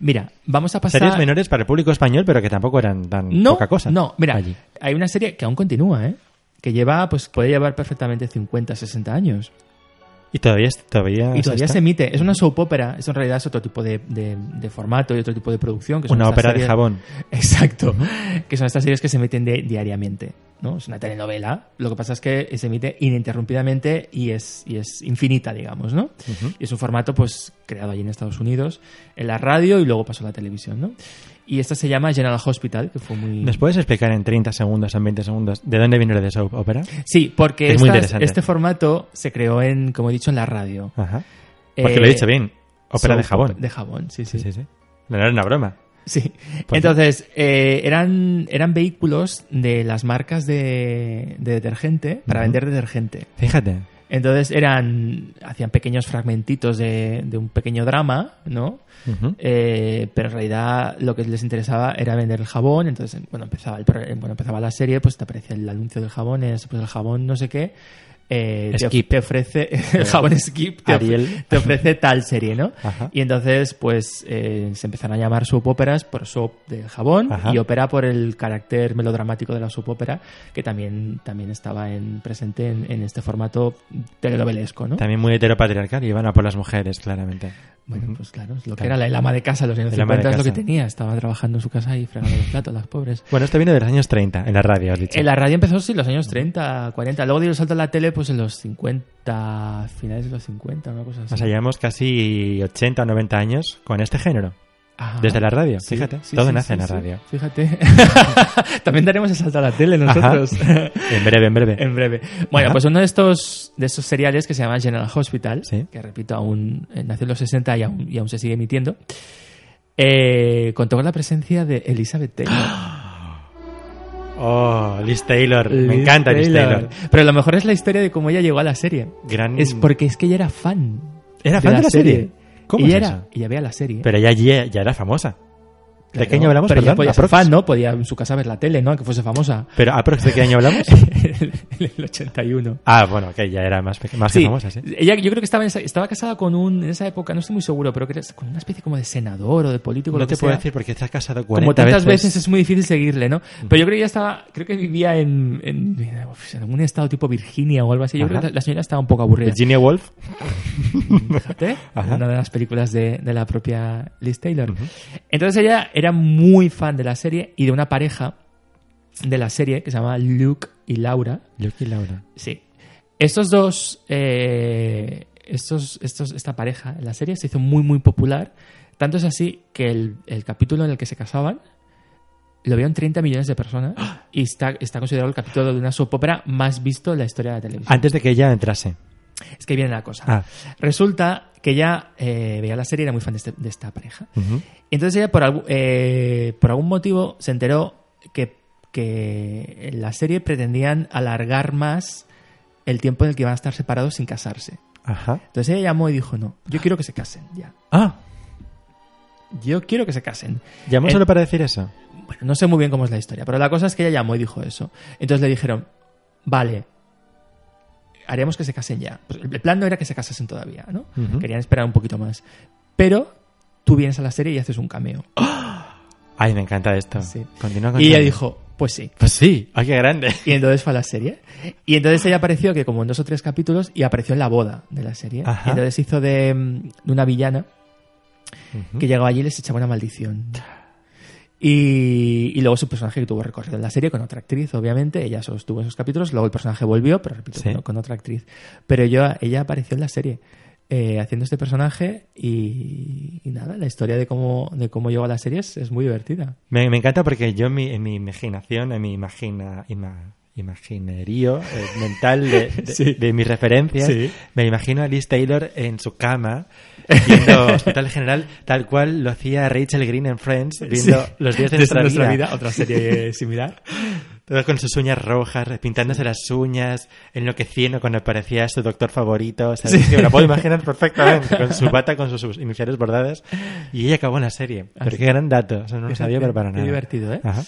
Mira, vamos a pasar. Series menores para el público español, pero que tampoco eran tan no, poca cosa. No, mira, allí. hay una serie que aún continúa, ¿eh? Que lleva, pues puede llevar perfectamente 50, 60 años. Y todavía, todavía, Y todavía está. se emite. Es una soap opera. Eso en realidad es otro tipo de, de- de formato y otro tipo de producción. Que son Una estas ópera de series- jabón. Exacto. Que son estas series que se emiten de- diariamente. ¿no? Es una telenovela. Lo que pasa es que se emite ininterrumpidamente y es, y es infinita, digamos, ¿no? Mm. Y es un formato pues creado allí en Estados Unidos, en la radio y luego pasó a la televisión, ¿no? Y esta se llama General Hospital, que fue muy... ¿Nos puedes explicar en 30 segundos, en 20 segundos, de dónde viene lo de soap opera? Sí, porque Es muy estas- interesante. este formato se creó en, como he dicho, en la radio. Ajá. Porque lo Eh, he dicho bien. Ópera de soap jabón. opera- De jabón, sí, sí. Sí, sí, sí. No era una broma. Sí. Pues Entonces, eh, eran, eran vehículos de las marcas de, de detergente para Ujú. vender detergente. Fíjate. Entonces eran. hacían pequeños fragmentitos de, de un pequeño drama, ¿no? Ujú. Eh, pero en realidad lo que les interesaba era vender el jabón. Entonces, bueno, empezaba el, pro- eh, bueno, empezaba la serie, pues te aparecía el anuncio del jabón, es pues el jabón no sé qué. eh, te of- Skip. Te ofrece el jabón Skip, te, of- Ariel. te ofrece tal serie, ¿no? Ajá. Y entonces, pues eh, se empezaron a llamar soap óperas por soap del jabón Ajá. y ópera por el carácter melodramático de la soap ópera, que también, también estaba en, presente en, en este formato telenovelesco, ¿no? También muy heteropatriarcal y iban a por las mujeres, claramente. Bueno, pues claro, es lo que Claro. era la, el ama de casa de los años El ama de 50 es lo que casa. tenía. Estaba trabajando en su casa y fregando los platos, las pobres. Bueno, esto viene de los años 30, en la radio, has dicho. En la radio empezó, sí, en los años 30, 40. Luego dio el salto a la tele, pues en los 50, finales de los 50, una cosa así. O sea, llevamos casi 80 o 90 años con este género. Ajá. Desde la radio, fíjate. todo nace en la sí, radio. Fíjate. También daremos el salto a la tele nosotros. En breve, en breve. en breve. Bueno, Ajá. pues uno de estos, de estos seriales que se llama General Hospital, Sí. que repito, aún eh, nació en los 60 y aún, y aún se sigue emitiendo, eh, contó con la presencia de Elizabeth Taylor. Oh, Liz Taylor. Me encanta Liz Taylor. Mm. Pero lo mejor es la historia de cómo ella llegó a la serie. Gran... Es porque es que ella era fan. ¿Era fan de la serie? ¿Cómo Ella es era, eso? ella veía la serie. Pero ella ya, ya era famosa. ¿De Claro, qué año hablamos? Pero ella Perdón, podía ser aprox. fan, ¿no? Podía en su casa ver la tele, ¿no? Que fuese famosa. ¿Pero aprox de qué año hablamos? en el 81. Ah, bueno, que ya era más, peque- más que Sí, famosa, sí. ella yo creo que estaba, en esa- estaba casada con un, en esa época, no estoy muy seguro, pero que era con una especie como de senador o de político. No lo que te puedo sea. decir porque estás casado 40 Como tantas veces. es muy difícil seguirle, ¿no? Pero yo creo que ella estaba, creo que vivía en, en, en algún estado tipo Virginia o algo así. Yo Ajá. creo que la- la señora estaba un poco aburrida. Virginia Woolf. Fíjate, Ajá. una de las películas de, de la propia Liz Taylor. Entonces ella era muy fan de la serie y de una pareja de la serie que se llama Luke y Laura. Lucky Laura. Sí. Estos dos, eh, estos, estos, esta pareja en la serie se hizo muy, muy popular. Tanto es así que el, el capítulo en el que se casaban lo vieron 30 millones de personas y está, está considerado el capítulo de una soap opera más visto en la historia de la televisión. Antes de que ella entrase. Es que viene la cosa. Ah. Resulta que ella eh, veía la serie y era muy fan de, este- de esta pareja. ujú. Entonces ella por, algu- eh, por algún motivo se enteró que, que en la serie pretendían alargar más el tiempo en el que iban a estar separados sin casarse. Ajá. Entonces ella llamó y dijo, no, yo quiero que se casen, ya. Ah, Eh. Yo quiero que se casen. llamó En- solo para decir eso. Bueno, no sé muy bien cómo es la historia, pero la cosa es que ella llamó y dijo eso. Entonces le dijeron, vale, haremos que se casen ya. Pues el plan no era que se casasen todavía, ¿no? Ujú. Querían esperar un poquito más. Pero tú vienes a la serie y haces un cameo. Ay, me encanta esto. Sí. Continúa con Y ella dijo, pues sí. Pues sí, ay, qué grande. Y entonces fue a la serie. Y entonces ella apareció, que como en dos o tres capítulos, y apareció en la boda de la serie. Ajá. Y entonces hizo de, mm, de una villana que llegaba allí y les echaba una maldición. Y, y luego su personaje que tuvo recorrido en la serie con otra actriz, obviamente, ella solo estuvo en esos capítulos, luego el personaje volvió, pero repito, Sí. con, con otra actriz. Pero yo, ella apareció en la serie eh, haciendo este personaje y, y nada, la historia de cómo, de cómo llegó a la serie es, es muy divertida. Me, me encanta porque yo en mi, en mi imaginación, en mi imagina, ima- imaginerío eh, mental de, de- Sí. de mis referencias, Sí. me imagino a Liz Taylor en su cama viendo Hospital General tal cual lo hacía Rachel Green en Friends viendo Sí. los días de Desde nuestra, vida. otra serie similar. Todo con sus uñas rojas, pintándose las uñas, enloqueciendo cuando aparecía su doctor favorito. ¿sabes? Sí. Es que me lo puedo imaginar perfectamente, con su bata, con sus, sus iniciales bordadas. Y ella acabó en la serie. Pero qué gran dato. Eso no lo sabía, pero para Qué nada. divertido, ¿eh? Ajá.